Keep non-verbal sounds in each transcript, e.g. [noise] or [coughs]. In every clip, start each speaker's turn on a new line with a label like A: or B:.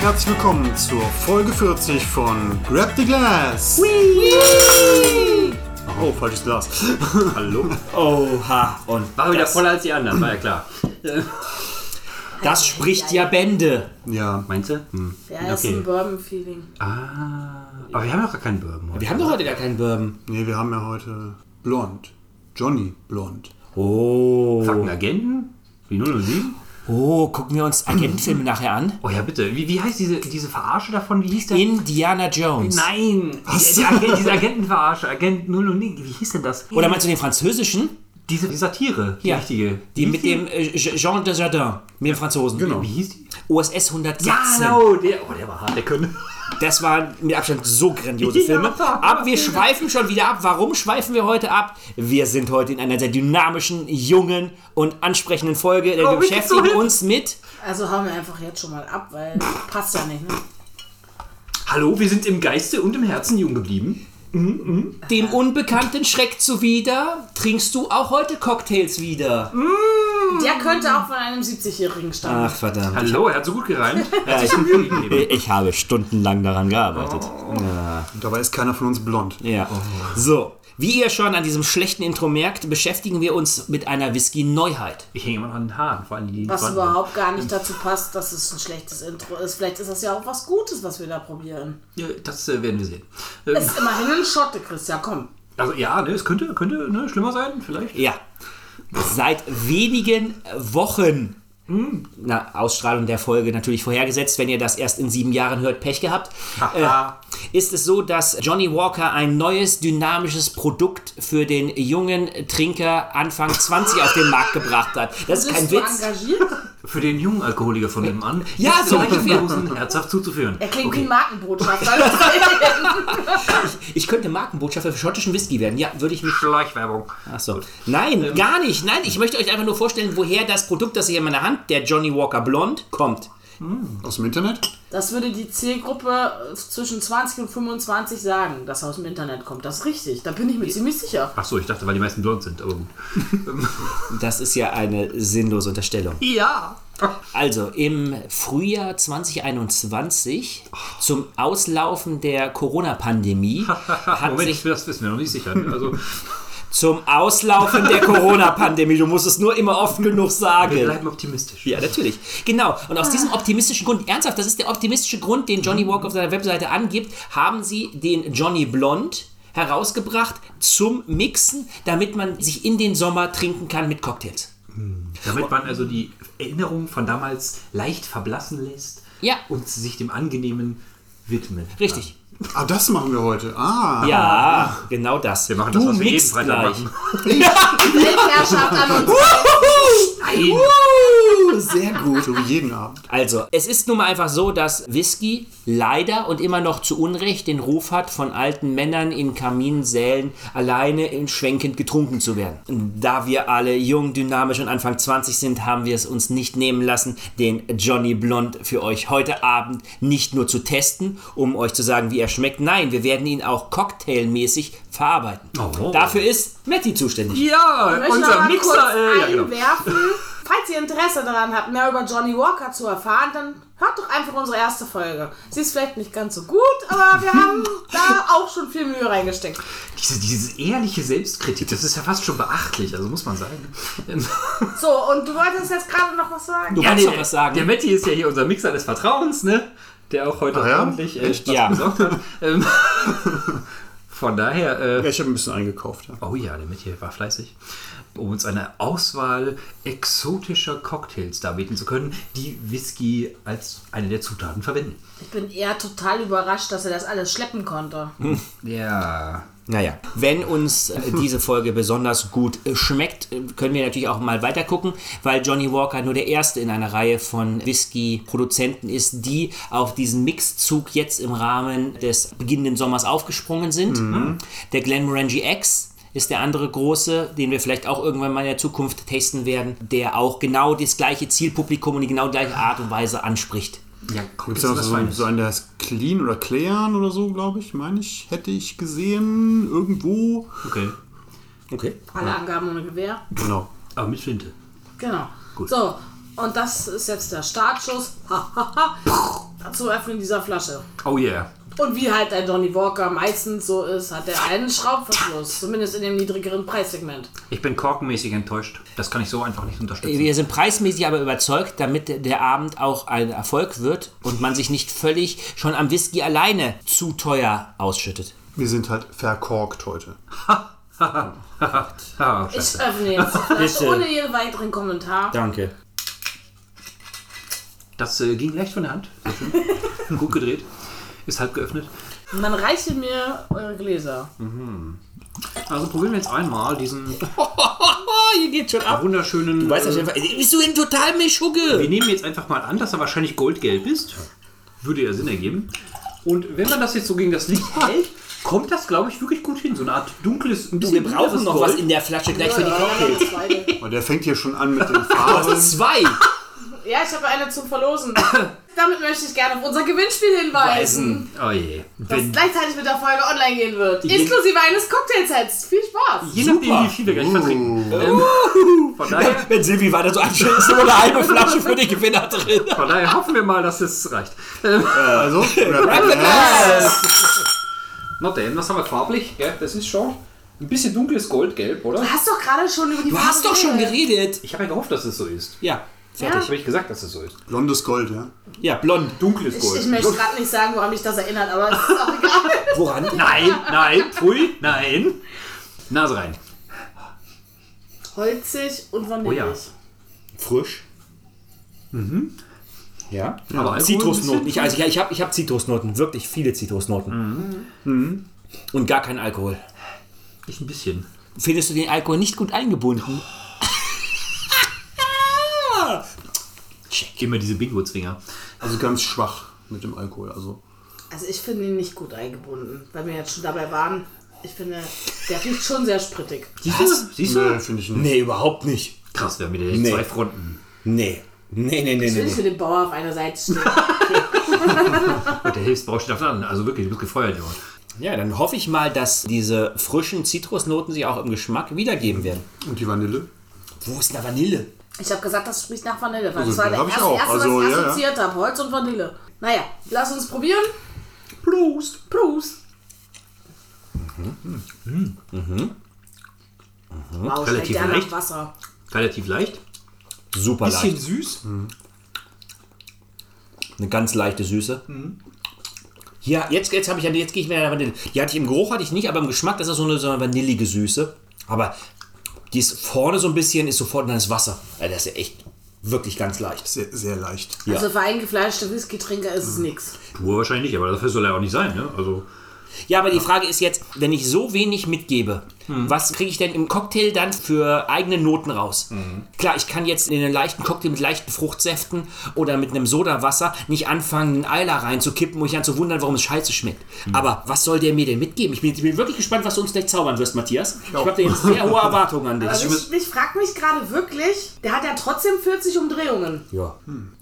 A: herzlich willkommen zur Folge 40 von Grab the Glass. Oh, falsches Glas. [laughs]
B: Hallo?
C: Oha,
B: Und war wieder
C: Das-
B: voller als die anderen, war ja klar.
C: das spricht ja Bände.
A: Ja,
B: Meinst du? Hm.
D: Ja, das ist ein Bourbon-Feeling.
B: Ah, aber wir haben doch gar keinen Bourbon heute.
C: Wir haben doch heute gar keinen Bourbon.
A: nee, wir haben ja heute Blond. Johnny Blond.
B: Fucken
C: Oh.
B: Agenten? Wie 007?
C: Oh, gucken wir uns Agentenfilme nachher an.
B: Oh ja, bitte. Wie, wie heißt diese, diese Verarsche davon? Wie hieß der?
C: Indiana Jones.
B: Nein! Der, der Agent, diese Agentenverarsche. Agent 007. Wie hieß denn das?
C: Oder meinst du den französischen?
B: diese die Satire? Die
C: Ja.
B: richtige.
C: Die
B: Wie
C: mit
B: hieß
C: dem äh, Jean Desjardins, mit dem Franzosen.
B: die? Wie hieß die?
C: OSS 117.
B: Ja, genau. Der, oh, der war hart. Der könnte.
C: Das waren mit Abstand so grandiose Filme. Aber wir schweifen schon wieder ab. Warum schweifen wir heute ab? Wir sind heute in einer sehr dynamischen, jungen und ansprechenden Folge, denn wir
B: Oh, wie geht's so
C: beschäftigen
B: hin?
C: uns mit
D: Also hauen wir einfach jetzt schon mal ab,
C: [laughs]
D: weil passt ja nicht. Ne?
B: Hallo, wir sind im Geiste und im Herzen jung geblieben.
C: Dem unbekannten Schreck zuwider trinkst du auch heute Cocktails wieder.
D: Der könnte auch von einem 70-Jährigen stammen.
C: Ach, verdammt.
B: Hallo, er hat so gut [laughs] gereimt. Er hat sich Mühe gegeben.
C: Ich habe stundenlang daran gearbeitet.
A: Und dabei ist keiner von uns blond.
C: Ja. So, wie ihr schon an diesem schlechten Intro merkt, beschäftigen wir uns mit einer Whisky-Neuheit.
B: Ich hänge immer noch an den Haaren, vor allem die
D: Was
C: ne?
B: Fronten.
D: überhaupt gar nicht dazu passt, dass es ein schlechtes Intro ist. Vielleicht ist das ja auch was Gutes, was wir da probieren.
B: Ja, Das äh, werden wir sehen. Ähm,
D: Ist immerhin ein Schotte, Christian, komm.
B: also ja, ne, es könnte, könnte ne, schlimmer sein, vielleicht.
C: Ja. Seit wenigen Wochen. Na, Ausstrahlung der Folge natürlich vorhergesetzt. Wenn ihr das erst in sieben Jahren hört, Pech gehabt. Äh,
B: Haha.
C: ist es so, dass Johnny Walker ein neues dynamisches Produkt für den jungen Trinker Anfang 20 auf den Markt gebracht hat. Das ist
D: Bist
C: kein
D: du
C: Witz.
D: engagiert?
B: Für den jungen Alkoholiker von nebenan.
C: Ja, also,
B: ist
C: so
B: vielleicht
C: ungefähr.
B: versuchen, herzhaft zuzuführen.
C: Äh.
D: Er klingt wie
B: okay.
C: [laughs]
D: ein Markenbotschafter.
C: Ich könnte Markenbotschafter für schottischen Whisky werden. Ja, würde ich mich.
B: Schleichwerbung.
C: Ach so. Nein, gar nicht. Nein, ich möchte euch einfach nur vorstellen, woher das Produkt, das ihr in meiner Hand, der Johnny Walker Blond, kommt.
A: Aus dem Internet?
D: [laughs] Das würde die Zielgruppe äh, zwischen 20 und 25 sagen, dass er aus dem Internet kommt. Das ist richtig. Da bin ich mir ziemlich sicher.
B: Ach so, ich dachte, weil die meisten blond sind, aber gut.
C: Das ist ja eine sinnlose Unterstellung.
B: Ja.
C: Also im Frühjahr 2021, zum Auslaufen der [laughs] Corona-Pandemie, hat
B: Moment,
C: sich
B: ich, das wissen wir noch nicht sicher. ne?
C: [laughs]
B: Also
C: zum Auslaufen der Corona-Pandemie, du musst es nur immer oft genug
B: wir
C: sagen.
B: bleiben optimistisch.
C: Ja, natürlich. Genau. Und aus diesem optimistischen Grund, ernsthaft, das ist der optimistische Grund, den Johnny Walker auf seiner Webseite angibt, haben sie den Johnny Blond herausgebracht zum Mixen, damit man sich in den Sommer trinken kann mit Cocktails.
B: Damit man also die Erinnerungen von damals leicht verblassen lässt
C: Ja.
B: und sich dem Angenehmen widmen.
C: Richtig.
A: Ah, das machen wir heute. Ah.
C: Ja, genau das.
B: Wir machen das,
C: du
B: was wir jeden
C: mixt
B: Freitag
C: gleich.
B: machen.
D: Weltherrschaft an uns.
B: Nein!
C: Wuhu, Sehr gut.
A: Uh, So wie jeden Abend.
C: Also, es ist nun mal einfach so, dass Whisky leider und immer noch zu Unrecht den Ruf hat, von alten Männern in Kaminsälen alleine in schwenkend getrunken zu werden. Da wir alle jung, dynamisch und Anfang 20 sind, haben wir es uns nicht nehmen lassen, den Johnny Blond für euch heute Abend nicht nur zu testen, um euch zu sagen, wie er schmeckt. Nein, wir werden ihn auch cocktailmäßig verarbeiten.
B: Oh.
C: Dafür ist Matti zuständig.
B: Ja,
D: Ich möchte noch
B: unser
D: mal kurz
B: Mixer. Äh, ja, genau.
D: einwerfen. Falls ihr Interesse daran habt, mehr über Johnny Walker zu erfahren, dann hört doch einfach unsere erste Folge. Sie ist vielleicht nicht ganz so gut,
B: [laughs]
D: aber wir haben da auch schon viel Mühe reingesteckt.
B: Diese, diese ehrliche Selbstkritik, das ist ja fast schon beachtlich, also muss man
C: [laughs]
B: sagen.
D: So, und du wolltest jetzt gerade noch was sagen?
C: Du wolltest noch was sagen.
B: Der Matti ist ja hier unser Mixer des Vertrauens, ne? Der auch heute
A: Ach ja?
B: ordentlich äh, was
C: Ja.
B: gesorgt hat. Ähm, [laughs] Von daher, äh,
A: Ja, ich habe ein bisschen eingekauft. Ja.
B: oh ja, der Matti war fleißig, um uns eine Auswahl exotischer Cocktails darbieten zu können, die Whisky als eine der Zutaten verwenden.
D: Ich bin eher total überrascht, dass er das alles schleppen konnte.
B: Ja.
C: Naja, wenn uns äh, diese Folge besonders gut äh, schmeckt, äh, können wir natürlich auch mal weitergucken, weil Johnny Walker nur der erste in einer Reihe von Whisky-Produzenten ist, die auf diesen Mixzug jetzt im Rahmen des beginnenden Sommers aufgesprungen sind. Hm? Der Glenmorangie X ist der andere große, den wir vielleicht auch irgendwann mal in der Zukunft testen werden, der auch genau das gleiche Zielpublikum und die genau gleiche Art und Weise anspricht.
B: Ja,
A: Gibt
B: Cocktails
A: es ja
B: sind
A: noch
B: was
A: so,
B: Feines.
A: so einen, der heißt Clean oder Clean oder so, glaube ich, meine ich. Hätte ich gesehen, irgendwo.
B: Okay.
C: Okay.
D: Alle Angaben ohne Gewehr.
A: Genau.
B: Aber mit Flinte.
D: Genau. So, und das ist jetzt der Startschuss. zur Öffnung dieser Flasche.
B: Oh yeah.
D: Und wie halt ein Johnny Walker meistens so ist, hat er einen Schraubverschluss. Zumindest in dem niedrigeren Preissegment.
B: Ich bin korkenmäßig enttäuscht. Das kann ich so einfach nicht unterstützen.
C: Wir sind preismäßig aber überzeugt, damit der Abend auch ein Erfolg wird und man sich nicht völlig schon am Whisky alleine zu teuer ausschüttet.
A: Wir sind halt verkorkt heute.
B: [laughs] Ah,
D: Ich
B: scheiße.
D: öffne
C: [laughs]
D: jetzt die Flasche
C: Bitte.
D: ohne jeden weiteren Kommentar.
C: Danke.
B: Das äh, ging leicht von der Hand. Sehr
C: [laughs]
B: schön. Gut gedreht. Ist halb geöffnet.
D: Man reiche mir eure Gläser.
B: Also probieren wir jetzt einmal diesen
C: Oh, hier geht's schon ab.
B: wunderschönen. äh,
C: Du weißt äh, auf jeden Fall, bist du denn total
B: Wir
C: Mischugge?
B: nehmen jetzt einfach mal an, dass er wahrscheinlich goldgelb ist. Würde ja Sinn ergeben. Und wenn man das jetzt so gegen das Licht hält, kommt das, glaube ich, wirklich gut hin. So eine Art dunkles, ein bisschen
C: Wir brauchen
B: bitteres
C: noch
B: Gold.
C: was in der Flasche gleich für die
D: Ja,
C: Cocktails.
D: zweite.
A: Und der fängt hier schon an mit
B: [laughs]
A: den Farben.
C: Zwei
D: ja, ich habe eine
C: [coughs]
D: zum Verlosen. Damit möchte ich gerne auf unser Gewinnspiel
C: Eisen.
D: hinweisen,
B: Oh je.
D: das
B: Wenn,
D: gleichzeitig mit der Folge online gehen wird. Inklusive eines Cocktailsets. Viel Spaß.
B: je nachdem,
C: Super. Uh.
B: wie viel wir gleich vertrinken. Ähm, von, daher,
C: Wenn Silvi weiter so anschließt, ist nur eine halbe Flasche für die Gewinner drin.
B: von daher hoffen wir mal, dass es reicht. Ähm,
A: Also,
B: na denn, was haben wir farblich? Ja, das ist schon ein bisschen dunkles Goldgelb, oder?
D: Du hast doch gerade schon über die
C: Du hast doch schon geredet.
B: Ich habe ja gehofft, dass es so ist.
C: Ja,
B: Ich
C: fertig.
B: habe nicht gesagt, dass es so ist.
A: blondes Gold, ja.
C: Ja, blond.
B: Dunkles
D: Ich,
B: Gold.
D: ich möchte gerade nicht sagen, woran mich das erinnert, aber es ist auch egal.
C: Woran?
B: Nein, nein, pfui, nein. Nase rein.
D: Holzig und vanillig.
B: Oh ja.
C: Frisch. Mhm. Ja.
B: Aber Alkohol ein
C: Zitrusnoten.
B: bisschen.
C: Ich, also, ja, ich habe ich hab Zitrusnoten, wirklich viele Zitrusnoten. Mhm. Und gar kein Alkohol.
B: Ich ein bisschen.
C: Findest du den Alkohol nicht gut eingebunden?
B: Check. Immer diese Bingo-Zwinger.
A: Also ganz schwach mit dem Alkohol. Also
D: Also ich finde ihn nicht gut eingebunden, weil wir jetzt schon dabei waren. Ich finde, der riecht schon sehr sprittig.
B: Siehst du? Siehst du?
A: Nee, ne, finde ich nicht.
C: Nee, überhaupt nicht.
B: Krass, wir haben wieder nee.
C: Nee.
B: zwei Fronten.
C: Nee. Nee, nee, nee,
D: Ich
C: nee.
D: will nicht
C: nee.
D: mit dem Bauer auf einer Seite stehen.
B: Und der Hilfsbau steht auf der anderen. Also wirklich, du bist gefeuert, Junge.
C: Ja, dann hoffe ich mal, dass diese frischen Zitrusnoten sich auch im Geschmack wiedergeben werden.
A: Und die Vanille?
C: Wo ist denn da Vanille?
D: [laughs] Ich habe gesagt, das riecht nach Vanille, weil
A: Also,
D: das war
A: den
D: der
A: hab ich
D: erste,
A: auch.
D: erste
A: Also,
D: was ich
A: ja, ja.
D: assoziiert habe. Holz und Vanille. Naja, lass uns probieren.
B: Prost.
D: Prost.
A: Mhm.
D: Wow,
B: Relativ
D: schmeckt der nach
B: leicht.
D: Wasser.
B: Relativ leicht.
C: Super
B: Bisschen
C: leicht. Mhm.
B: süß.
C: Eine ganz leichte Süße.
B: Mhm.
C: Ja, jetzt, jetzt habe ich ja- jetzt gehe ich mit der Vanille. Die hatte ich im Geruch hatte ich nicht, aber im Geschmack das ist so eine, so eine vanillige Süße. Aber die ist vorne so ein bisschen, ist sofort dann das Wasser. Also das ist ja echt wirklich ganz leicht.
A: Sehr, sehr leicht.
C: Ja.
D: Also für eingefleischte Whisky-Trinker ist
A: Mhm.
D: es nix.
B: Pur wahrscheinlich nicht, aber dafür soll er auch nicht sein, ne? Also,
C: Ja, aber die Frage ist jetzt, wenn ich so wenig mitgebe, was kriege ich denn im Cocktail dann für eigene Noten raus? Klar, ich kann jetzt in einen leichten Cocktail mit leichten Fruchtsäften oder mit einem Sodawasser nicht anfangen, einen Eiler reinzukippen und mich dann zu wundern, warum es scheiße schmeckt. Aber was soll der mir denn mitgeben? Ich bin, ich bin wirklich gespannt, was du uns gleich zaubern wirst, Matthias. Ich habe da jetzt sehr hohe Erwartungen an dich.
D: Also ich, ich frage mich gerade wirklich, der hat ja trotzdem 40 Umdrehungen.
C: Ja.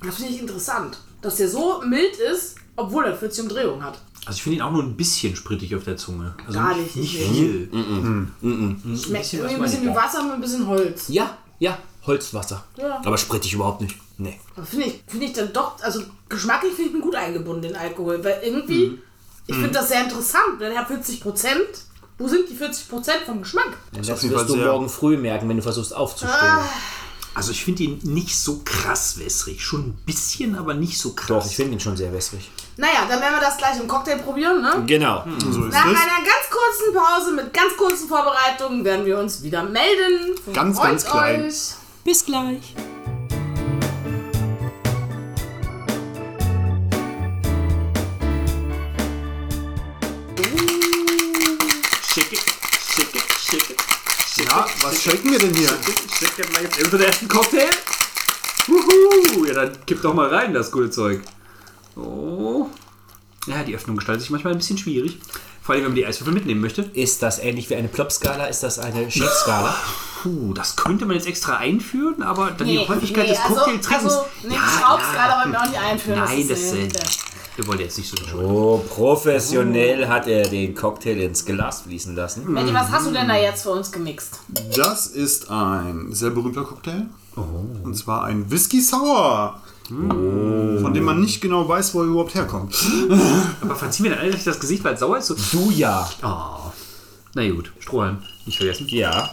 D: Das finde ich interessant, dass der so mild ist, obwohl er 40 Umdrehungen hat.
B: also ich finde ihn auch nur ein bisschen sprittig auf der Zunge. Also
D: Gar nicht,
B: Nicht
D: nee.
B: viel.
D: Schmeckt
B: was
D: irgendwie ein
B: meine
D: bisschen
B: ich
D: wie
B: da?
D: Wasser mit ein bisschen Holz.
C: ja, ja, Holzwasser.
D: Ja.
C: Aber sprittig überhaupt nicht. Nee.
D: Aber Finde ich, finde ich dann doch, also geschmacklich finde ich ihn gut eingebunden, den Alkohol. Weil irgendwie,
B: Mhm.
D: ich finde das sehr interessant, denn er hat 40 Prozent. Wo sind die 40 Prozent vom Geschmack?
C: Das,
A: auf jeden
C: wirst
A: Fall
C: du
A: sehr-
C: morgen früh merken, wenn du versuchst aufzustehen.
B: Also ich finde ihn nicht so krass wässrig. Schon ein bisschen, aber nicht so krass.
C: Doch, ich finde ihn schon sehr wässrig.
D: Naja, dann werden wir das gleich im Cocktail probieren,
B: Mhm.
D: ne?
C: Genau.
A: So Also, ist
D: Nach
A: es.
D: einer ganz kurzen Pause mit ganz kurzen Vorbereitungen werden wir uns wieder melden.
A: Ganz,
D: Freut
A: ganz klein.
D: Euch.
C: Bis gleich.
B: Shake it, shake it, shake it.
A: Ja, was shaken wir denn hier?
B: Steckt ihr mal jetzt in so den ersten Cocktail? Huhu! Ja, dann kipp doch mal rein, das gute Zeug. Oh. Ja, die Öffnung gestaltet sich manchmal ein bisschen schwierig. Vor allem, wenn man die Eiswürfel mitnehmen möchte.
C: Ist das ähnlich wie eine Plop-Skala? Ist das eine Chefskala?
B: Puh, Uh, das könnte man jetzt extra einführen, aber dann die Häufigkeit des
D: also,
B: Cocktailtrinkens.
D: also, nee, ja, Schraubskala wollen wir auch nicht einführen.
B: Nein, das
D: ist
B: ist.
D: eine
B: Äh,
D: Hilfe.
B: wir wollen jetzt nicht so schon.
C: Oh, professionell hat er den Cocktail ins Glas fließen lassen.
B: Mm.
D: Mandy, was hast du denn da jetzt für uns gemixt?
A: Das ist ein sehr berühmter Cocktail. Und zwar ein Whisky Sour. von dem man nicht genau weiß, wo er überhaupt herkommt.
B: Aber verziehen wir dann alle das Gesicht, weil es sauer ist? So.
C: Du ja.
B: Oh. Na gut, Strohhalm. Nicht vergessen.
C: Ja.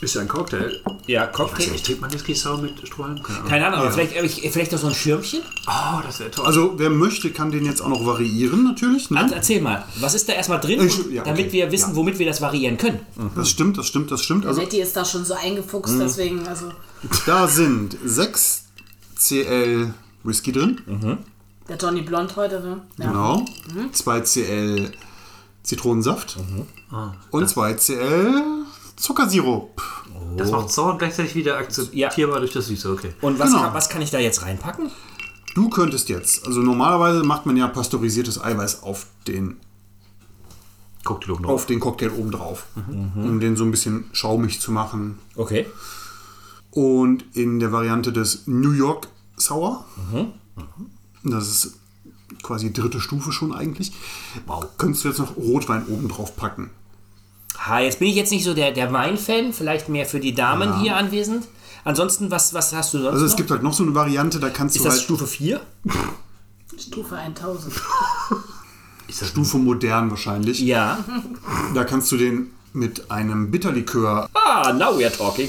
B: Ist ja ein Cocktail.
C: Ja,
B: Ich weiß
C: Cocktail.
B: nicht, trinkt man Whisky Sour mit Strohhalm? Keine Ahnung.
C: Keine Ahnung, aber vielleicht, äh, vielleicht noch so ein Schirmchen?
B: Oh, das wäre toll.
A: Also, wer möchte, kann den jetzt auch noch variieren, natürlich. Ne?
C: Also erzähl mal, was ist da erstmal drin,
A: Ich- ja,
C: damit
A: okay.
C: wir wissen, womit wir das variieren können?
A: Das stimmt, das stimmt, das stimmt. Also,
D: Betty ist da schon so eingefuchst,
B: Mm.
D: deswegen, also,
A: da sind 6 CL Whisky drin.
D: der Johnny Blond heute, ne? Ja.
A: Genau.
C: Mhm.
A: 2 CL Zitronensaft.
C: Ah,
A: Und 2 CL Zuckersirup.
B: das macht sauer und gleichzeitig wieder akzeptierbar durch das Süße. Okay.
C: Und was,
A: Genau.
C: kann, was kann ich da jetzt reinpacken?
A: Du könntest jetzt, also normalerweise macht man ja pasteurisiertes Eiweiß auf den,
B: Cocktail oben drauf.
A: auf den Cocktail obendrauf,
C: Mhm.
A: um den so ein bisschen schaumig zu machen.
C: Okay.
A: Und in der Variante des New York Sour,
C: Mhm.
A: Mhm. das ist quasi dritte Stufe schon eigentlich, könntest du jetzt noch Rotwein obendrauf packen.
C: Ha, jetzt bin ich jetzt nicht so der, der Wein-Fan, vielleicht mehr für die Damen hier anwesend. Ansonsten, was, was hast du sonst
A: Also es
C: noch?
A: gibt halt noch so eine Variante, da kannst
C: ist
A: du
C: das
A: halt
C: Stufe 4?
D: Stufe 1000.
B: Ist das
A: Stufe modern wahrscheinlich.
C: Ja.
A: Mhm. Da kannst du den mit einem Bitterlikör,
C: Ah, now we are talking.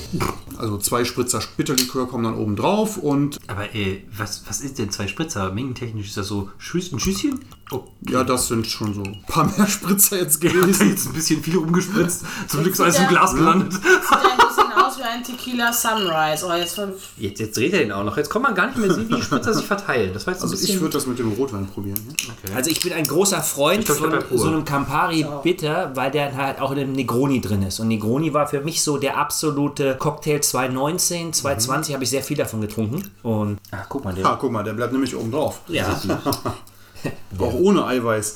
A: also zwei Spritzer Bitterlikör kommen dann oben drauf und
B: Aber äh, was, was ist denn zwei Spritzer? Mengentechnisch ist das so Schüss, ein Schüsschen? Oh,
A: ja, das sind schon so ein paar mehr [laughs] Spritzer jetzt
B: da ist
A: gewesen.
B: jetzt ein bisschen viel rumgespritzt. Zum Glück ist alles im
D: Ja.
B: Glas gelandet. [laughs]
D: Sieht ein bisschen aus wie ein Tequila Sunrise. Oh, jetzt von
B: Jetzt, jetzt dreht er den auch noch. Jetzt kann man gar nicht mehr sehen, wie die Spritzer sich verteilen. Das war jetzt
A: Also ich würde das mit dem Rotwein probieren. Ja?
C: Also ich bin ein großer Freund
B: Ich glaub, ich
C: von
B: bleib bei pur.
C: so einem Campari Bitter, weil der halt auch in einem Negroni drin ist. Und Negroni war für mich so der absolute Cocktail 2019, 2020 habe ich sehr viel davon getrunken. Und
B: Mhm. Ach, guck mal, der.
A: Ah, guck mal, der bleibt nämlich oben drauf.
C: ja,
A: Auch ohne Eiweiß.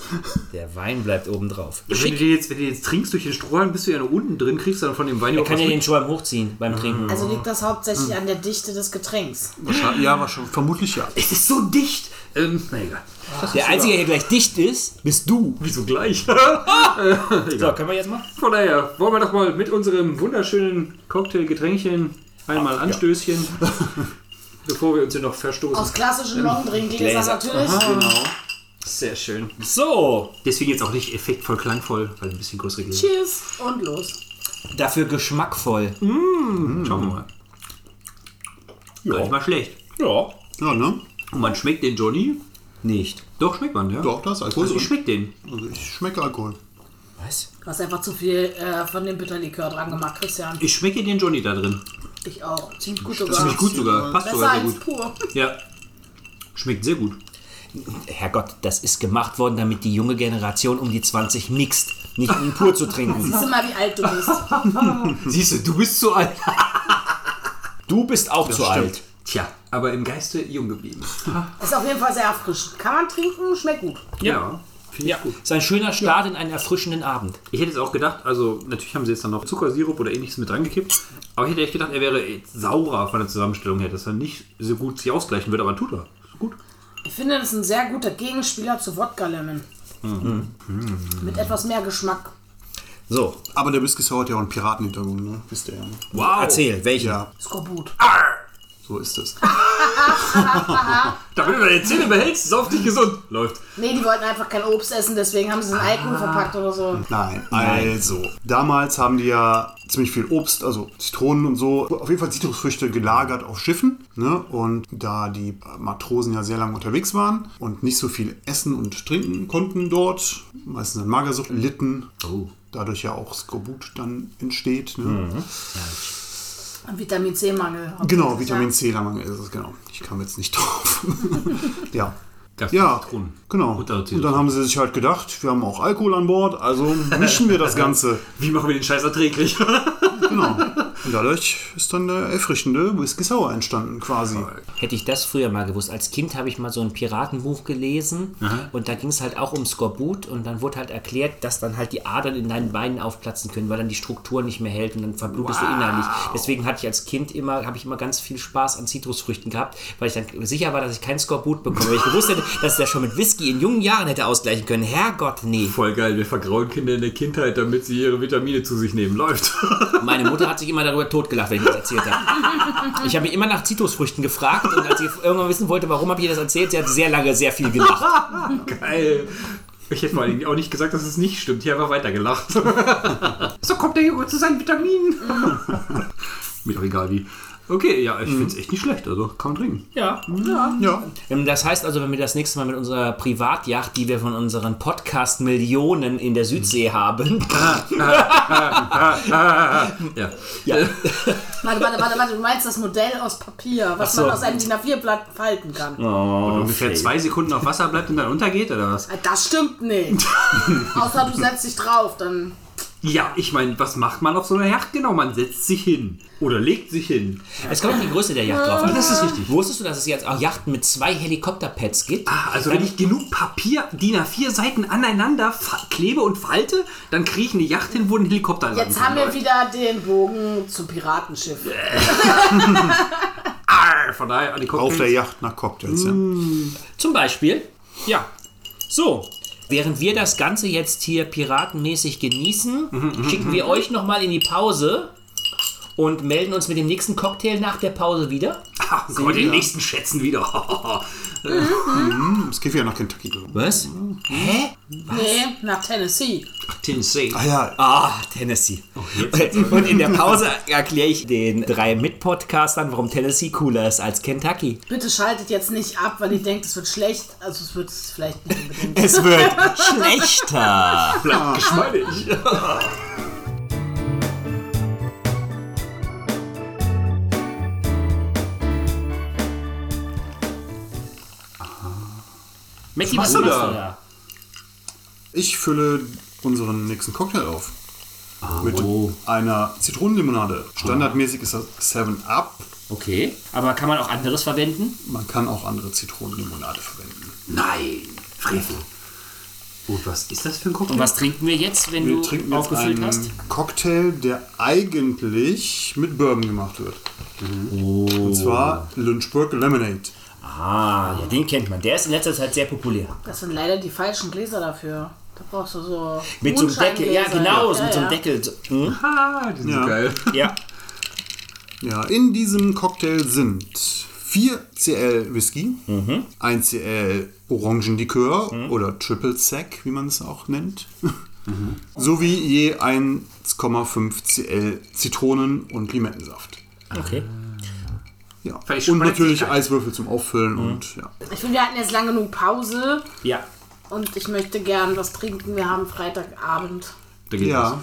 C: der Wein bleibt oben drauf.
B: Wenn du, den jetzt, wenn du den jetzt trinkst durch den Strohhalm, bist du ja noch unten drin, kriegst du dann von dem Wein
C: Man
B: auch
C: kann
B: was
C: ja
B: mit.
C: den Schwamm hochziehen
B: Mhm.
C: beim Trinken.
D: Also liegt das
B: Mm.
D: hauptsächlich an der Dichte des Getränks.
A: Wahrscheinlich- Ja, wahrscheinlich, vermutlich ja.
B: Es ist so dicht. Ähm, na egal.
C: der Einzige, der gleich dicht ist, bist du.
B: Wieso gleich? [laughs]
C: So, können wir jetzt mal?
B: Von daher wollen wir doch mal mit unserem wunderschönen Cocktail-Getränkchen einmal Anstößchen, bevor wir uns hier noch verstoßen.
D: Aus klassischen Longdrink-Gläsern
C: Gläser.
D: natürlich.
B: Sehr schön.
C: So,
B: Deswegen jetzt auch nicht effektvoll klangvoll, weil ein bisschen größere Gläser.
D: Cheers und los.
C: dafür geschmackvoll.
B: Schauen wir mal. Gar nicht mal schlecht.
C: Ja.
A: Ja, ne?
B: Und man schmeckt den Johnny?
C: Nicht.
B: Doch, schmeckt man, ja.
A: Doch, das ist Alkohol.
B: Also ich
A: drin.
B: schmeckt den.
A: also ich schmecke Alkohol.
C: Was?
D: Du hast einfach zu viel äh, von dem Bitterlikör dran gemacht, Christian.
B: Ich schmecke den Johnny da drin.
D: Ich auch. Ziemlich gut sogar.
B: Ziemlich gut sogar. Passt
D: Besser
B: sogar sehr
D: als
B: gut.
D: pur.
B: Ja. Schmeckt sehr gut.
C: Herrgott, das ist gemacht worden, damit die junge Generation um die 20 mixt, nicht um ihn pur
B: [laughs]
C: zu trinken.
D: Siehst du mal, wie alt du bist.
B: Siehst du, du bist zu alt.
C: Du bist auch zu
A: stimmt.
C: alt.
B: Tja, aber im Geiste jung geblieben.
D: Ist auf jeden Fall sehr erfrischend. Kann man trinken, schmeckt gut.
B: Ja.
C: Ja, ist ein schöner Start in einen erfrischenden Abend.
B: Ich hätte jetzt auch gedacht, also natürlich haben sie jetzt dann noch Zuckersirup oder ähnliches mit reingekippt, aber ich hätte echt gedacht, er wäre jetzt saurer von der Zusammenstellung her, dass er nicht so gut sich ausgleichen wird, aber tut er. Ist gut.
D: Ich finde, das ist ein sehr guter Gegenspieler zu Wodka Lemon.
A: Mhm.
D: Mit etwas mehr Geschmack.
C: So,
A: Aber der Whisky Sour hat ja auch einen Piratenhintergrund, ne? Wisst ihr ja. ne?
C: wow. erzähl, welchen?
A: Ja,
D: Skorbut.
A: Ah. so ist es.
B: Damit du deine Zähne behältst, sauf dich gesund. Läuft.
D: Nee, die wollten einfach kein Obst essen, deswegen haben sie es in
A: Ah.
D: Alkohol verpackt oder so.
A: Nein, also. Damals haben die ja ziemlich viel Obst, also Zitronen und so, auf jeden Fall Zitrusfrüchte gelagert auf Schiffen. Ne? Und da die Matrosen ja sehr lange unterwegs waren und nicht so viel essen und trinken konnten dort, meistens an Magersucht litten, dadurch ja auch Skorbut dann entsteht. Ne?
D: Ein Vitamin C-Mangel.
A: Genau, Vitamin C-Mangel ist es, genau. Ich kam jetzt nicht drauf. ja.
B: Gab's
A: Ja,
B: Zitronen.
A: genau. Und,
B: Und dann
A: dann haben sie sich halt gedacht, wir haben auch Alkohol an Bord, also mischen wir [laughs] das Ganze.
B: Wie machen wir den Scheiß erträglich? [laughs]
A: Genau. Und dadurch ist dann der erfrischende Whisky Sour entstanden, quasi.
C: Hätte ich das früher mal gewusst. Als Kind habe ich mal so ein Piratenbuch gelesen und da ging es halt auch um Skorbut und dann wurde halt erklärt, dass dann halt die Adern in deinen Beinen aufplatzen können, weil dann die Struktur nicht mehr hält und dann verblutest du innerlich. Deswegen hatte ich als Kind immer, habe ich immer ganz viel Spaß an Zitrusfrüchten gehabt, weil ich dann sicher war, dass ich keinen Skorbut bekomme. Wenn ich gewusst hätte, dass er schon mit Whisky in jungen Jahren hätte ausgleichen können. Herrgott, nee.
B: Voll geil, wir vergrauen Kinder in der Kindheit, damit sie ihre Vitamine zu sich nehmen. Läuft. [laughs]
C: Meine Mutter hat sich immer darüber totgelacht, wenn ich das erzählt habe. Ich habe mich immer nach Zitrusfrüchten gefragt und als sie irgendwann wissen wollte, warum habe ich ihr das erzählt, sie hat sehr lange sehr viel gelacht.
B: geil. Ich hätte vor allen Dingen auch nicht gesagt, dass es nicht stimmt. Ich habe einfach weitergelacht. [laughs] so kommt der Joghurt zu seinen Vitaminen. [laughs] Mir doch egal wie. Okay, ja, ich finde es echt nicht schlecht. Also kann man trinken.
C: Ja.
A: Ja.
C: Ähm, Das heißt also, wenn wir das nächste Mal mit unserer Privatjacht, die wir von unseren Podcast-Millionen in der Südsee haben,
B: [laughs] Ja.
D: Warte, warte, warte, warte, du meinst das Modell aus Papier, was man aus einem DIN A4-Blatt falten kann.
B: Und ungefähr zwei Sekunden auf Wasser bleibt und dann untergeht, oder was?
D: Das
A: [laughs]
D: stimmt nicht. Außer du setzt dich drauf, dann.
B: Ja, ich meine, was macht man auf so einer Yacht genau? Man setzt sich hin. Oder legt sich hin.
C: es kommt auf die Größe der Yacht drauf an.
B: Das ist richtig.
C: Wusstest du, dass es jetzt auch Yachten mit zwei Helikopterpads gibt?
B: Ah, Also wenn ich genug Papier, DIN A4 Seiten aneinander fa- klebe und falte, dann kriege ich eine Yacht hin, wo ein Helikopter landen
D: Jetzt
B: kann,
D: haben wir
B: Leute.
D: wieder den Bogen zum Piratenschiff.
B: Arr, von daher an die Cocktails.
A: Auf der Yacht nach Cocktails. Ja.
C: Mm. Zum Beispiel.
B: Ja.
C: So. Während wir das Ganze jetzt hier piratenmäßig genießen, schicken wir euch nochmal in die Pause und melden uns mit dem nächsten Cocktail nach der Pause wieder.
B: Ah, Gott, den nächsten schätzen wieder. [laughs]
A: Es geht wieder nach Kentucky. glaub ich.
C: Was? Hä?
D: Nee, nach Tennessee.
B: Tennessee.
A: Ah ja,
C: Ah, Tennessee. [laughs] Und in der Pause erkläre ich den drei Mitpodcastern, warum Tennessee cooler ist als Kentucky.
D: Bitte schaltet jetzt nicht ab, weil ihr denkt, es wird schlecht. Also es wird es vielleicht nicht unbedingt.
C: Es wird [laughs] schlechter.
B: Bleibt geschmeidig.
C: Matti, was machst du da?
A: ich fülle unseren nächsten Cocktail auf.
C: Ah,
A: Mit einer Zitronenlimonade. Standardmäßig ist das 7-Up.
C: Okay, aber kann man auch anderes verwenden?
A: Man kann auch andere Zitronenlimonade verwenden.
B: Nein, Frevel. Und was ist das für ein Cocktail?
C: Und was trinken wir jetzt, wenn
A: Wir
C: du
A: trinken jetzt
C: aufgefüllt
A: einen
C: hast?
A: Cocktail, der eigentlich mit Bourbon gemacht wird.
C: Mhm.
A: Und zwar
C: Oh.
A: Lynchburg Lemonade.
C: Ah, ja, den kennt man. Der ist in letzter Zeit sehr populär.
D: Das sind leider die falschen Gläser dafür. Da brauchst du so.
C: Mit so einem Deckel, ja
D: Mondscheingläser.
C: genau,
D: Ja,
C: mit so einem
D: ja.
C: Deckel. So, hm?
B: Ah, die sind
A: Ja.
B: geil.
C: Ja.
A: Ja, in diesem Cocktail sind 4 CL Whisky, 1 CL Orangenlikör oder Triple Sec, wie man es auch nennt, [laughs] sowie je 1,5 CL Zitronen- und Limettensaft.
C: Okay.
A: Ja.
B: Vielleicht
A: Und natürlich
B: Spritzigkeit.
A: Eiswürfel zum Auffüllen und ja.
D: Ich finde, wir hatten jetzt lang genug Pause
C: Ja.
D: und ich möchte gern was trinken. Wir haben Freitagabend.
B: Da geht
A: Ja.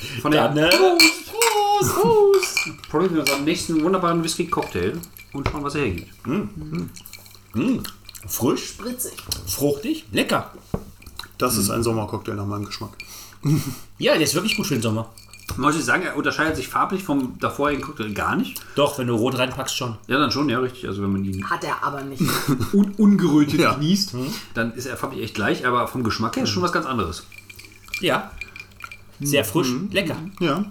B: was. Von
C: Dann,
B: der
C: äh,
B: Prost, Prost, Prost. Probieren wir unseren nächsten wunderbaren Whisky-Cocktail und schauen, was er hergibt.
C: hm, Frisch,
D: Spritzig.
C: fruchtig, lecker.
A: Das ist ein Sommercocktail nach meinem Geschmack.
C: Ja, der ist wirklich gut für den Sommer.
B: Muss ich sagen, er unterscheidet sich farblich vom davorigen Cocktail gar nicht.
C: Doch, wenn du rot reinpackst, schon.
B: Ja, dann schon, ja, richtig. Also wenn man ihn
D: Hat er aber
C: [laughs]
D: nicht.
B: un ungerötet
A: Ja.
B: genießt, Hm. dann ist er farblich echt gleich, aber vom Geschmack her ist schon was ganz anderes.
C: Ja. Sehr frisch,
D: Mhm.
C: lecker.
A: Ja,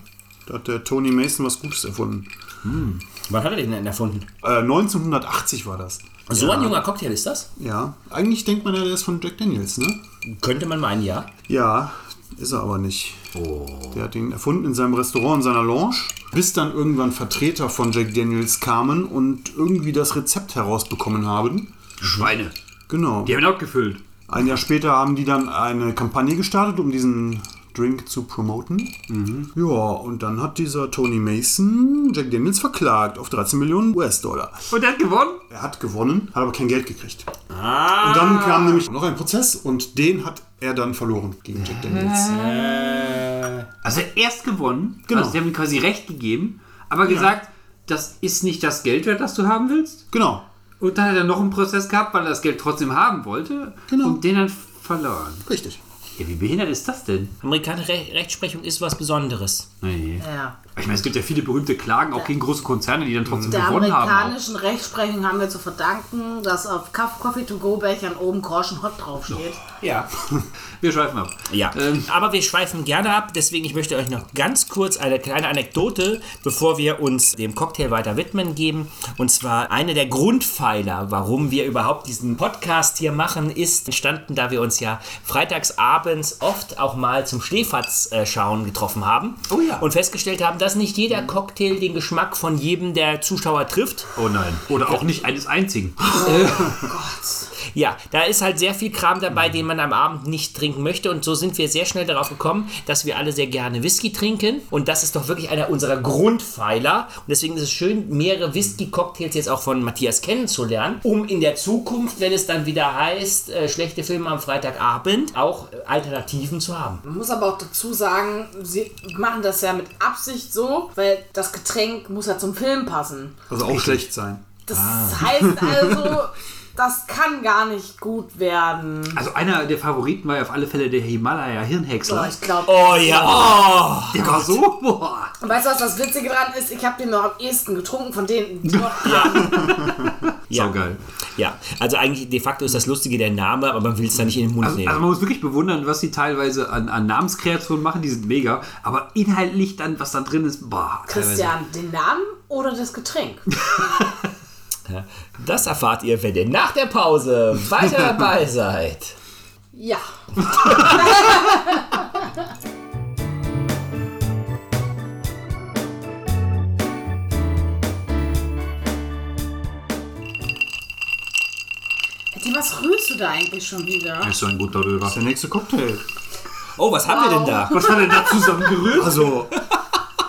A: da hat der Tony Mason was Gutes erfunden.
C: Wann hat er den denn erfunden?
A: Äh, 1980 war das.
C: So ein junger Cocktail ist das?
A: Ja, eigentlich denkt man ja, der ist von Jack Daniels, ne?
C: Könnte man meinen, ja.
A: Ja, ist er aber nicht. Der hat ihn erfunden in seinem Restaurant, in seiner Lounge, bis dann irgendwann Vertreter von Jack Daniels kamen und irgendwie das Rezept herausbekommen haben.
B: Schweine.
A: Genau.
B: Die haben ihn abgefüllt.
A: Ein Jahr später haben die dann eine Kampagne gestartet, um diesen Drink zu promoten. Ja, und dann hat dieser Tony Mason Jack Daniels verklagt auf 13 Millionen US-Dollar.
B: Und er hat gewonnen?
A: Er hat gewonnen, hat aber kein Geld gekriegt. Und dann kam nämlich noch ein Prozess und den hat er dann verloren gegen Jack Daniels.
B: Also er hat erst gewonnen.
A: Genau.
B: Also sie haben ihm quasi recht gegeben, aber gesagt, das ist nicht das Geld wert, das du haben willst.
A: Genau.
B: Und dann hat er noch einen Prozess gehabt, weil er das Geld trotzdem haben wollte
A: Genau.
B: und den dann verloren.
A: Richtig.
B: Ja, wie behindert ist das denn?
C: Amerikanische Re Rechtsprechung ist was Besonderes.
B: Nee.
D: Ja.
B: Äh. Ich meine, es gibt ja viele berühmte Klagen, auch gegen große Konzerne, die dann trotzdem
D: Der
B: gewonnen haben.
D: amerikanischen Rechtsprechung haben wir zu verdanken, dass auf Kaff- Coffee-to-go-Bechern oben Korschen Hot draufsteht.
C: Ja.
B: Wir schweifen ab.
C: Ja,
B: Ähm,
C: aber wir schweifen gerne ab, deswegen ich möchte euch noch ganz kurz eine kleine Anekdote, bevor wir uns dem Cocktail weiter widmen geben. Und zwar eine der Grundpfeiler, warum wir überhaupt diesen Podcast hier machen, ist entstanden, da wir uns ja freitags abends oft auch mal zum Schläferz äh, schauen getroffen haben.
B: Oh ja. Mhm.
C: Und festgestellt haben, dass nicht jeder Cocktail den Geschmack von jedem der Zuschauer trifft.
B: oh nein. Oder auch nicht eines einzigen.
C: Ja, da ist halt sehr viel Kram dabei, den man am Abend nicht trinken möchte. Und so sind wir sehr schnell darauf gekommen, dass wir alle sehr gerne Whisky trinken. Und das ist doch wirklich einer unserer Grundpfeiler. Und deswegen ist es schön, mehrere Whisky-Cocktails jetzt auch von Matthias kennenzulernen, um in der Zukunft, wenn es dann wieder heißt, äh, schlechte Filme am Freitagabend, auch äh, Alternativen zu haben.
D: Man muss aber auch dazu sagen, sie machen das ja mit Absicht so, weil das Getränk muss ja zum Film passen.
A: Also auch schlecht sein.
D: Das
C: Ah.
D: heißt
C: [laughs]
D: also, das kann gar nicht gut werden.
B: Also einer der Favoriten war ja auf alle Fälle der
D: Boah,
B: Himalaya-Hirnhäcksler.
D: ich glaube.
C: Oh ja,
B: der war so, boah.
D: Und weißt du, was das Witzige daran ist? Ich habe den noch am ehesten getrunken von
C: [laughs]
D: denen. die noch-
C: oh! Ja.
B: Saugeil.
C: ja, also eigentlich de facto ist das Lustige der Name, aber man will es da nicht in den Mund
B: Also,
C: nehmen.
B: also man muss wirklich bewundern, was sie teilweise an, an Namenskreationen machen, die sind mega, aber inhaltlich dann, was da drin ist, boah, teilweise.
D: Christian, den Namen oder das Getränk?
C: das erfahrt ihr, wenn ihr nach der Pause
B: [laughs]
C: weiter dabei seid.
D: [laughs] Ja. Betty, Was rührst du da eigentlich schon wieder?
B: Ist so ein guter Röver.
A: Der nächste Cocktail.
C: Oh, was haben wir denn da?
B: Was hat er da zusammengerührt?
A: Also,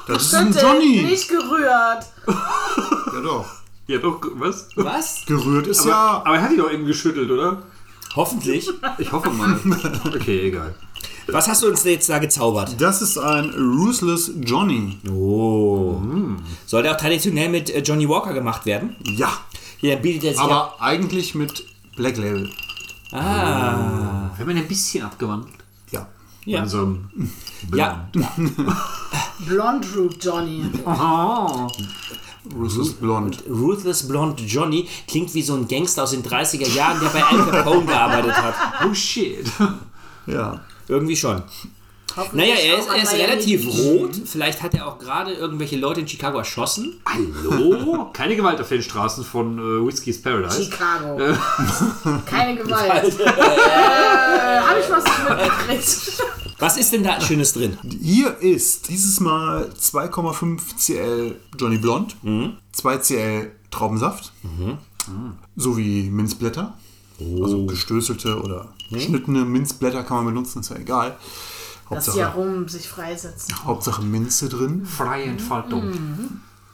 A: das ist ein
D: Schüttel,
A: Johnny.
D: Nicht gerührt.
A: Ja doch.
B: Ja doch, was?
C: Was?
A: Gerührt ist ja
B: Aber er hat ihn doch eben geschüttelt, oder?
C: Hoffentlich.
B: Ich hoffe
C: [laughs]
B: mal. Okay, egal.
C: Was hast du uns jetzt da gezaubert?
A: Das ist ein Ruthless Johnny.
C: Oh. Soll der auch traditionell mit äh, Johnny Walker gemacht werden?
A: Ja,
C: Ja, dann bietet er sich ab.
A: aber eigentlich mit Black Label.
C: Ah,
B: Wenn man ein bisschen abgewandelt.
A: Ja.
C: Ja.
B: In so einem
C: Ja,
D: Blond Root Johnny.
B: Oh.
A: Ruthless Blond.
C: Ruthless Blonde Johnny klingt wie so ein Gangster aus den 30er Jahren, der bei Al Capone gearbeitet hat.
B: oh shit.
A: Ja.
C: Irgendwie schon. Naja, er ist, er ist relativ rot. Vielleicht hat er auch gerade irgendwelche Leute in Chicago erschossen.
B: Hallo? Keine Gewalt auf den Straßen von äh, Whiskey's Paradise. [laughs]
D: Chicago. Keine [laughs] Gewalt. äh, Habe ich was mitgekriegt?
C: Was ist denn da Schönes drin?
A: Hier ist dieses Mal 2,5 CL Johnny Blond, 2 CL Traubensaft, Mhm. sowie Minzblätter. Also gestößelte oder geschnittene Minzblätter kann man benutzen, ist ja egal.
D: Dass die
A: Hauptsache,
D: herum sich freisetzen.
A: Hauptsache Minze drin.
B: Freie Entfaltung.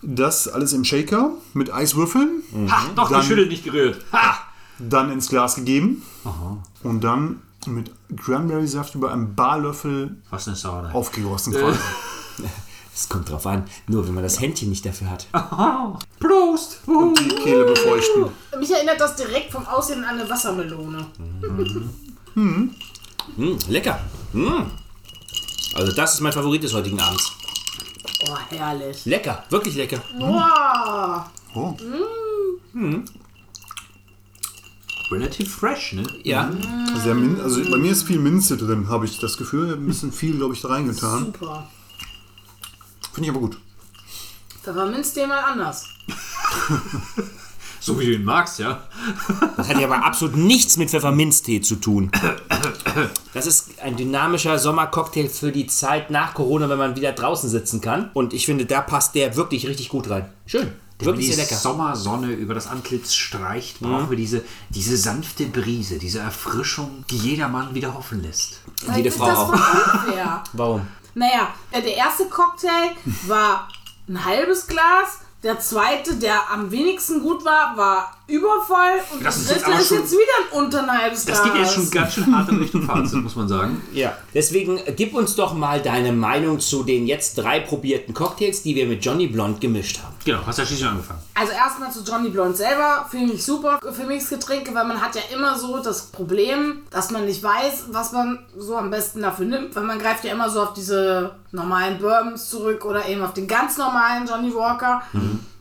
A: Das alles im Shaker mit Eiswürfeln.
B: Ha, doch
A: Dann-
B: geschüttelt, nicht gerührt. Ha!
A: dann ins Glas gegeben und dann mit Cranberry-Saft über einen Barlöffel
B: Was eine Sauerei.
A: aufgegossen. quasi.
C: Es kommt drauf an. Nur wenn man das Händchen nicht dafür hat.
B: Prost!
A: Und die Kehle befeuchten.
D: Mich erinnert das direkt vom Aussehen an eine Wassermelone.
C: Mm, lecker. Mm. Also das ist mein Favorit des heutigen Abends.
D: Oh, herrlich.
C: Lecker, wirklich lecker.
B: Hm?
D: Wow.
A: Oh.
B: Relativ fresh, ne?
C: Ja.
A: Sehr min also bei mir ist viel Minze drin, habe ich das Gefühl. Wir haben ein bisschen viel, glaube ich, da reingetan.
D: Super.
A: Finde ich aber gut.
D: Pfefferminz den mal anders.
B: So wie du ihn magst, ja.
C: Das hat ja [coughs] aber absolut nichts mit Pfefferminztee zu tun. Das ist ein dynamischer Sommercocktail für die Zeit nach Corona, wenn man wieder draußen sitzen kann. Und ich finde, da passt der wirklich richtig gut rein. Schön.
B: Wenn
C: Wirklich
B: die
C: sehr lecker.
B: Sommersonne über das Antlitz streicht, brauchen wir diese, diese sanfte Brise, diese Erfrischung, die jedermann wieder hoffen lässt.
C: Jede
D: ist
C: Frau
D: das
C: auch.
D: voll unfair.
C: Warum?
D: Naja, äh, der erste Cocktail war ein halbes Glas, Der zweite, der am wenigsten gut war, war übervoll. Und
B: Das
D: das
B: ist
D: dritte
B: jetzt aber
D: ist
B: schon-
D: jetzt wieder ein unter einem halben Star.
B: Das geht jetzt schon ganz schön hart in Richtung Fazit, muss man sagen.
C: Ja. Deswegen äh, gib uns doch mal deine Meinung zu den jetzt drei probierten Cocktails, die wir mit Johnny Blond gemischt haben.
B: Genau, hast ja schließlich angefangen.
D: Also erstmal zu Johnny Blond selber, finde ich super für Mixgetränke, weil man hat ja immer so das Problem, dass man nicht weiß, was man so am besten dafür nimmt, weil man greift ja immer so auf diese normalen Bourbons zurück oder eben auf den ganz normalen Johnny Walker.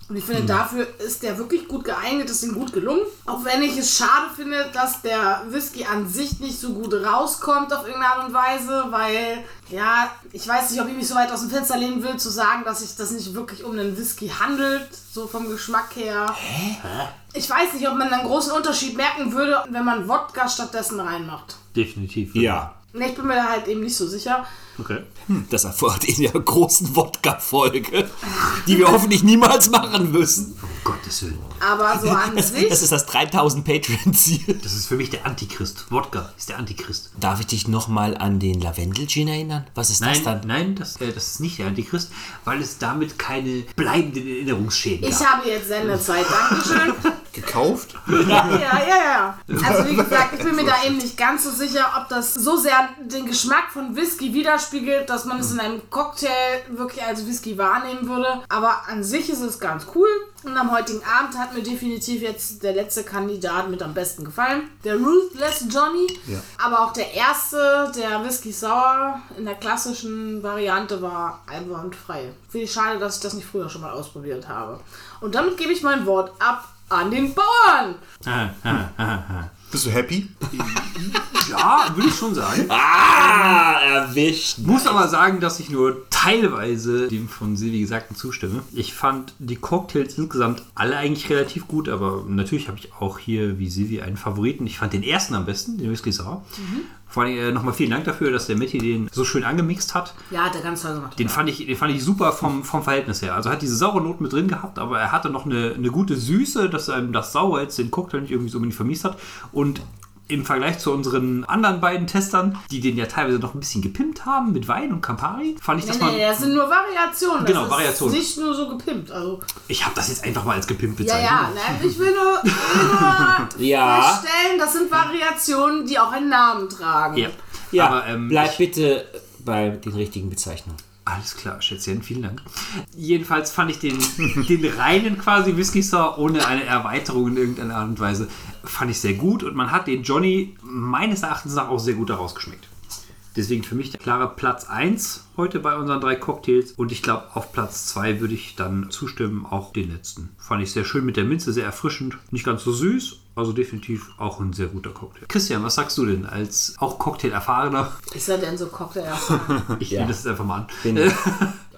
D: Und ich finde, dafür ist der wirklich gut geeignet, ist ihm gut gelungen. Auch wenn ich es schade finde, dass der Whisky an sich nicht so gut rauskommt auf irgendeine Art und Weise, weil, ja, ich weiß nicht, ob ich mich so weit aus dem Fenster lehnen will, zu sagen, dass sich das nicht wirklich um einen Whisky handelt, so vom Geschmack her. Ich weiß nicht, ob man einen großen Unterschied merken würde, wenn man Wodka stattdessen reinmacht.
B: Definitiv.
D: Ne, Ich bin mir da halt eben nicht so sicher.
B: Okay.
C: [laughs] Das erfordert in der großen [laughs] Wodka-Folge, die wir hoffentlich niemals machen müssen.
B: Um Gottes Willen.
D: Aber
C: [laughs]
D: so an sich.
C: Das ist das 3000 Patreon-Ziel.
B: Das ist für mich der Antichrist. Wodka ist der Antichrist.
C: Darf ich dich nochmal an den Lavendel-Gin erinnern? Was ist
B: Nein,
C: das dann?
B: nein, das, äh, das ist nicht der Antichrist, weil es damit keine bleibenden Erinnerungsschäden
D: Ich
B: gab.
D: habe jetzt Sendezeit. Dankeschön.
A: Gekauft?
D: Ja, ja, ja. Also wie gesagt, ich bin mir da eben nicht ganz so sicher, ob das so sehr den Geschmack von Whisky widerspiegelt, dass man es in einem Cocktail wirklich als Whisky wahrnehmen würde. Aber an sich ist es ganz cool. Und am heutigen Abend hat mir definitiv jetzt der letzte Kandidat mit am besten gefallen. Der Ruthless Johnny.
A: Ja.
D: Aber auch der erste, der Whisky Sour in der klassischen Variante war einwandfrei. Finde ich schade, dass ich das nicht früher schon mal ausprobiert habe. Und damit gebe ich mein Wort ab an den Bauern.
B: Ah, ah, ah, ah.
A: Bist du happy?
B: Ja, würde ich schon sagen.
C: Ah, erwischt.
B: Muss aber sagen, dass ich nur teilweise dem von Silvi Gesagten zustimme. Ich fand die Cocktails insgesamt alle eigentlich relativ gut, aber natürlich habe ich auch hier wie Silvi einen Favoriten. Ich fand den ersten am besten, den Whisky Sour. Vor allem äh, nochmal vielen Dank dafür, dass der Matti den so schön angemixt hat.
D: Ja, hat er ganz toll gemacht.
B: Den fand ich, den fand ich super vom, vom Verhältnis her. Also hat diese saure Note mit drin gehabt, aber er hatte noch eine, eine gute Süße, dass einem das Sauer jetzt den Cocktail nicht irgendwie so unbedingt vermisst hat. Und im Vergleich zu unseren anderen beiden Testern, die den ja teilweise noch ein bisschen gepimpt haben mit Wein und Campari, fand ich,
D: Nee,
B: dass
D: nee,
B: man.
D: das sind nur Variationen.
B: Genau,
D: das ist
B: Variationen.
D: Nicht nur so gepimpt. Also,
B: Ich habe das jetzt einfach mal als gepimpt
D: ja,
B: bezeichnet.
D: ja, ne, ich will nur, ich will
B: [laughs]
D: nur
C: Ja.
D: feststellen, das sind Variationen, die auch einen Namen tragen.
B: Ja.
C: Ja,
B: aber ähm,
C: bleib bitte bei den richtigen Bezeichnungen.
B: Alles klar, Schätzchen, vielen Dank. Jedenfalls fand ich den, [laughs] den reinen quasi Whisky Sour ohne eine Erweiterung in irgendeiner Art und Weise, fand ich sehr gut und man hat den Johnny meines Erachtens nach auch sehr gut daraus geschmeckt. Deswegen für mich der klare Platz 1 heute bei unseren drei Cocktails und ich glaube auf Platz 2 würde ich dann zustimmen, auch den letzten. Fand ich sehr schön mit der Minze, sehr erfrischend, nicht ganz so süß, also definitiv auch ein sehr guter Cocktail. Christian, was sagst du denn als auch Cocktail-Erfahrener?
D: Ist er denn so Cocktail?
B: [laughs] Ich
C: Ja.
B: nehme das jetzt einfach mal an. Äh,
C: Bin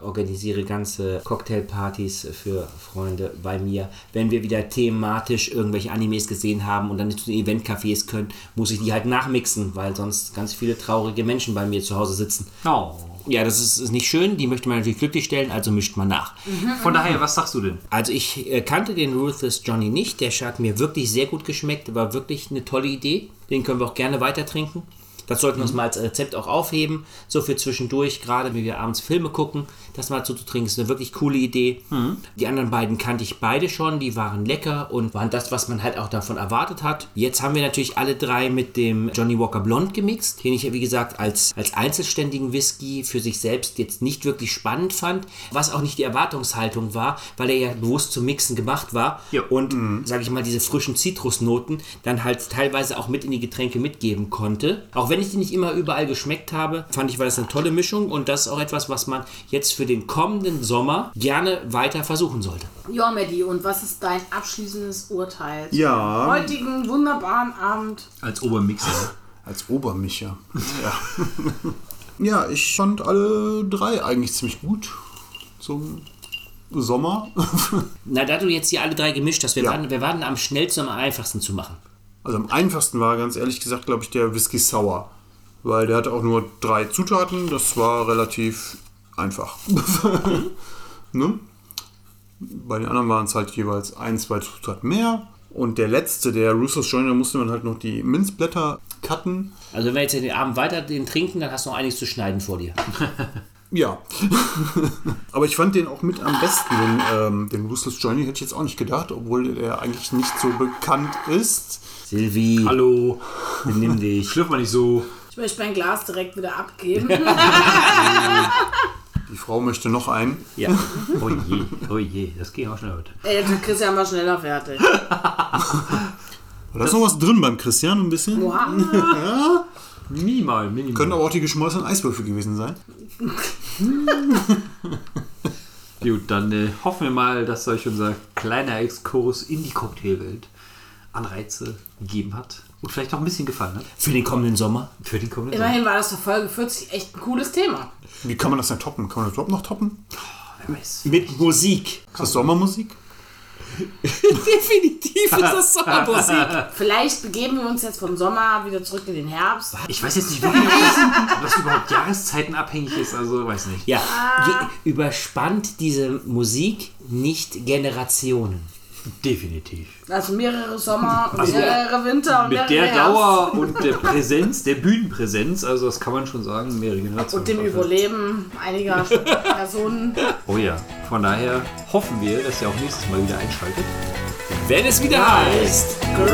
C: organisiere ganze Cocktailpartys für Freunde bei mir. Wenn wir wieder thematisch irgendwelche Animes gesehen haben und dann zu den Eventcafés können, muss ich die halt nachmixen, weil sonst ganz viele traurige Menschen bei mir zu Hause sitzen.
B: Oh.
C: Ja, das ist, ist nicht schön, die möchte man natürlich glücklich stellen, also mischt man nach.
B: Von daher, was sagst du denn?
C: Also ich äh, kannte den Ruthless Johnny nicht, der hat mir wirklich sehr gut geschmeckt, war wirklich eine tolle Idee, den können wir auch gerne weiter trinken. Das sollten wir uns mal als Rezept auch aufheben, so für zwischendurch, gerade wenn wir abends Filme gucken, das mal so zu trinken, ist eine wirklich coole Idee. Die anderen beiden kannte ich beide schon, die waren lecker und waren das, was man halt auch davon erwartet hat. Jetzt haben wir natürlich alle drei mit dem Johnny Walker Blond gemixt, den ich ja wie gesagt als, als einzelständigen Whisky für sich selbst jetzt nicht wirklich spannend fand, was auch nicht die Erwartungshaltung war, weil er ja bewusst zum Mixen gemacht war
B: Ja.
C: und, sage ich mal, diese frischen Zitrusnoten dann halt teilweise auch mit in die Getränke mitgeben konnte. Auch wenn ich die nicht immer überall geschmeckt habe, fand ich, war das eine tolle Mischung und das ist auch etwas, was man jetzt für den kommenden Sommer gerne weiter versuchen sollte.
D: ja, Maddie, und was ist dein abschließendes Urteil?
A: Ja.
D: Heutigen wunderbaren Abend.
B: Als Obermixer.
A: Als Obermicher. Ja. ja, ich fand alle drei eigentlich ziemlich gut zum Sommer.
C: Na, da du jetzt hier alle drei gemischt hast, wir,
A: Ja.
C: waren, wir waren am schnellsten, am einfachsten zu machen.
A: Also am einfachsten war ganz ehrlich gesagt, glaube ich, der Whisky Sour. Weil der hatte auch nur drei Zutaten. Das war relativ einfach. [laughs] ne? Bei den anderen waren es halt jeweils ein, zwei Zutaten mehr. Und der letzte, der Russo's Johnny, da musste man halt noch die Minzblätter cutten.
C: Also wenn wir jetzt den Abend weiter den trinken, dann hast du noch einiges zu schneiden vor dir.
A: Ja. [laughs] Aber ich fand den auch mit am besten, denn ähm, den Ruthless Johnny hätte ich jetzt auch nicht gedacht, obwohl der eigentlich nicht so bekannt ist.
C: Silvi,
B: Hallo,
C: nimm dich.
B: schlürf mal nicht so.
D: Ich möchte mein Glas direkt wieder
B: [laughs]
D: abgeben.
A: Die Frau möchte noch einen.
B: Ja. Oh je, oh je, das ging auch schnell heute.
D: Ey, du kriegst ja mal schneller fertig.
E: Da ist noch was drin beim Christian, ein bisschen.
D: Wow.
B: Minimal, minimal.
A: Können aber auch die geschmolzenen Eiswürfel gewesen sein.
B: Gut, dann äh, hoffen wir mal, dass euch unser kleiner Exkurs in die Cocktailwelt Anreize gegeben hat und vielleicht auch ein bisschen gefallen hat
C: Für den kommenden Sommer.
B: für den kommenden Sommer.
D: Immerhin war das für Folge 40 echt ein cooles Thema.
A: Wie kann man das denn toppen? Kann man das überhaupt noch toppen?
B: Wer weiß.
C: Mit [laughs] Musik.
A: Ist das Sommermusik?
C: Definitiv ist das Sommermusik.
D: Vielleicht begeben wir uns jetzt vom Sommer wieder zurück in den Herbst.
B: Ich weiß jetzt nicht, wie ob das, ob das überhaupt jahreszeitenabhängig ist, also weiß nicht.
C: ja, je, überspannt diese Musik nicht Generationen.
B: Definitiv.
D: Also mehrere Sommer und mehrere Winter und
B: Also Mit der
D: mehrere Herbst.
B: Dauer und der Präsenz, der Bühnenpräsenz, also das kann man schon sagen, mehrere Generationen.
D: Und dem Überleben
B: [laughs]
D: einiger Personen.
B: Oh ja, von daher hoffen wir, dass ihr auch nächstes Mal wieder einschaltet.
C: Wenn es wieder heißt.
D: Grab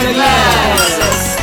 D: the glass!